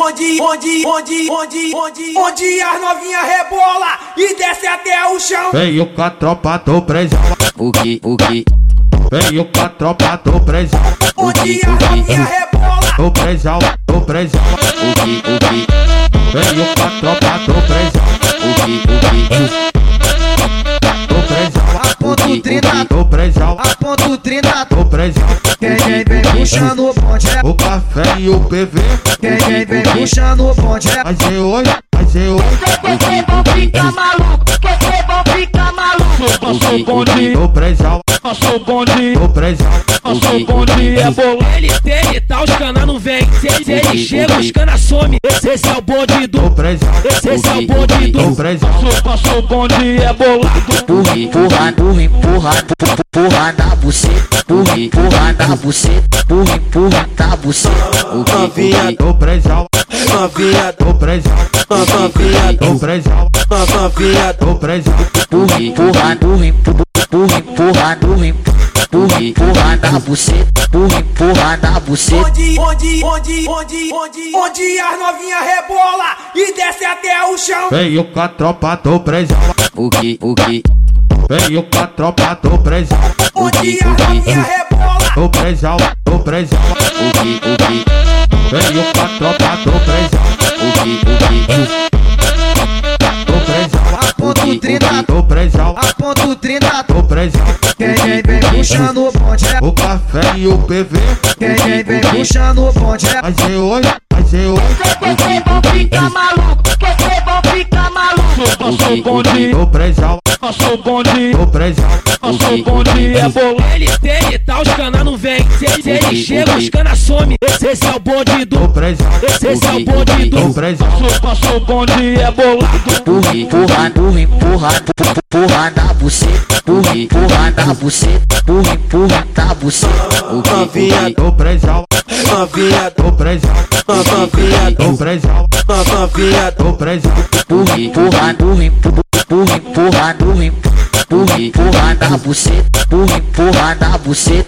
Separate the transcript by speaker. Speaker 1: Onde, onde, onde, onde, onde, onde as novinhas rebola e desce até o chão.
Speaker 2: Veio com a tropa do presão.
Speaker 3: O que, o que,
Speaker 2: Veio com a tropa do presão.
Speaker 1: Onde as novinhas rebola,
Speaker 2: Do presão, do presão.
Speaker 3: o que, o que,
Speaker 2: Veio com a tropa do presão.
Speaker 3: o que,
Speaker 2: Do presão,
Speaker 4: Aponta o trina,
Speaker 2: do presão,
Speaker 4: aponta o trina,
Speaker 2: do presão.
Speaker 4: quem vem vem puxando o bonde, é-
Speaker 2: O café e o PV.
Speaker 4: quem vem vem puxando o bonde, é-
Speaker 2: A G8, a G8.
Speaker 5: Quer ser bom fica maluco, quer ser bom fica maluco.
Speaker 3: o que, o que,
Speaker 2: Do presão,
Speaker 6: Passou o bonde,
Speaker 2: do presão.
Speaker 6: passou o bonde, é bolo.
Speaker 7: Ele tem e tal, os cana não vem. Se, se ele chega, os cana some. Esse, esse é o bonde do.
Speaker 2: Do presão,
Speaker 7: Esse, esse é o bonde do.
Speaker 2: do presão.
Speaker 6: Passou, passou o bonde, é bolado.
Speaker 3: Empurra, empurra, empurra, empurra, empurra, empurra na buceta, empurra, empurra na buceta, empurra, empurra na buceta. O que, o que,
Speaker 2: Do presão,
Speaker 1: novinha,
Speaker 2: do presão,
Speaker 1: novinha, novinha,
Speaker 2: do presão, do presão.
Speaker 3: empurra, empurra, empurra, empurra, empurra, empurra, empurra, empurra, empurra na buceta, empurra, empurra na buceta.
Speaker 1: Onde, onde, onde, onde, onde, onde as novinhas rebola e desce até o chão.
Speaker 2: Veio com a tropa do presão.
Speaker 3: O que, o que,
Speaker 2: Veio com a tropa do presão.
Speaker 1: Onde as novinhas rebola,
Speaker 2: Do presão, do presão.
Speaker 3: o que, o que,
Speaker 2: Veio com a tropa do presão.
Speaker 3: o que, o que,
Speaker 2: Do presão,
Speaker 4: aponta o trina,
Speaker 2: do presão,
Speaker 4: aponta o trina,
Speaker 2: do presão.
Speaker 4: quem vem vem puxando o bonde, é-
Speaker 2: O café e o PV.
Speaker 4: quem vem vem puxando o bonde, é-
Speaker 2: A G8, a G8.
Speaker 5: Quer ser bom fica maluco, quer ser bom fica maluco.
Speaker 6: Passou o bonde,
Speaker 2: Do presão,
Speaker 6: passou o bonde,
Speaker 2: do presão.
Speaker 6: passou o bonde, é bolado.
Speaker 7: Ele tem e tal, os cana não vem. Se, se ele chega, os cana some. Esse, esse é o bonde do.
Speaker 2: Do presão,
Speaker 7: Esse, esse é o bonde
Speaker 2: do
Speaker 7: do.
Speaker 2: presão.
Speaker 6: Passou, passou o bonde, é bolado.
Speaker 3: empurra, empurra, empurra, empurra, empurra, empurra na buceta, empurra, empurra na buceta, empurra, empurra na buceta. O que, o que,
Speaker 2: Do presão,
Speaker 1: novinha,
Speaker 2: do presão,
Speaker 1: novinha,
Speaker 2: do presão,
Speaker 1: novinha,
Speaker 2: do presão.
Speaker 3: empurra, empurra, empurra, empurra, empurra, empurra, empurra, empurra na buceta, empurra, empurra na buceta.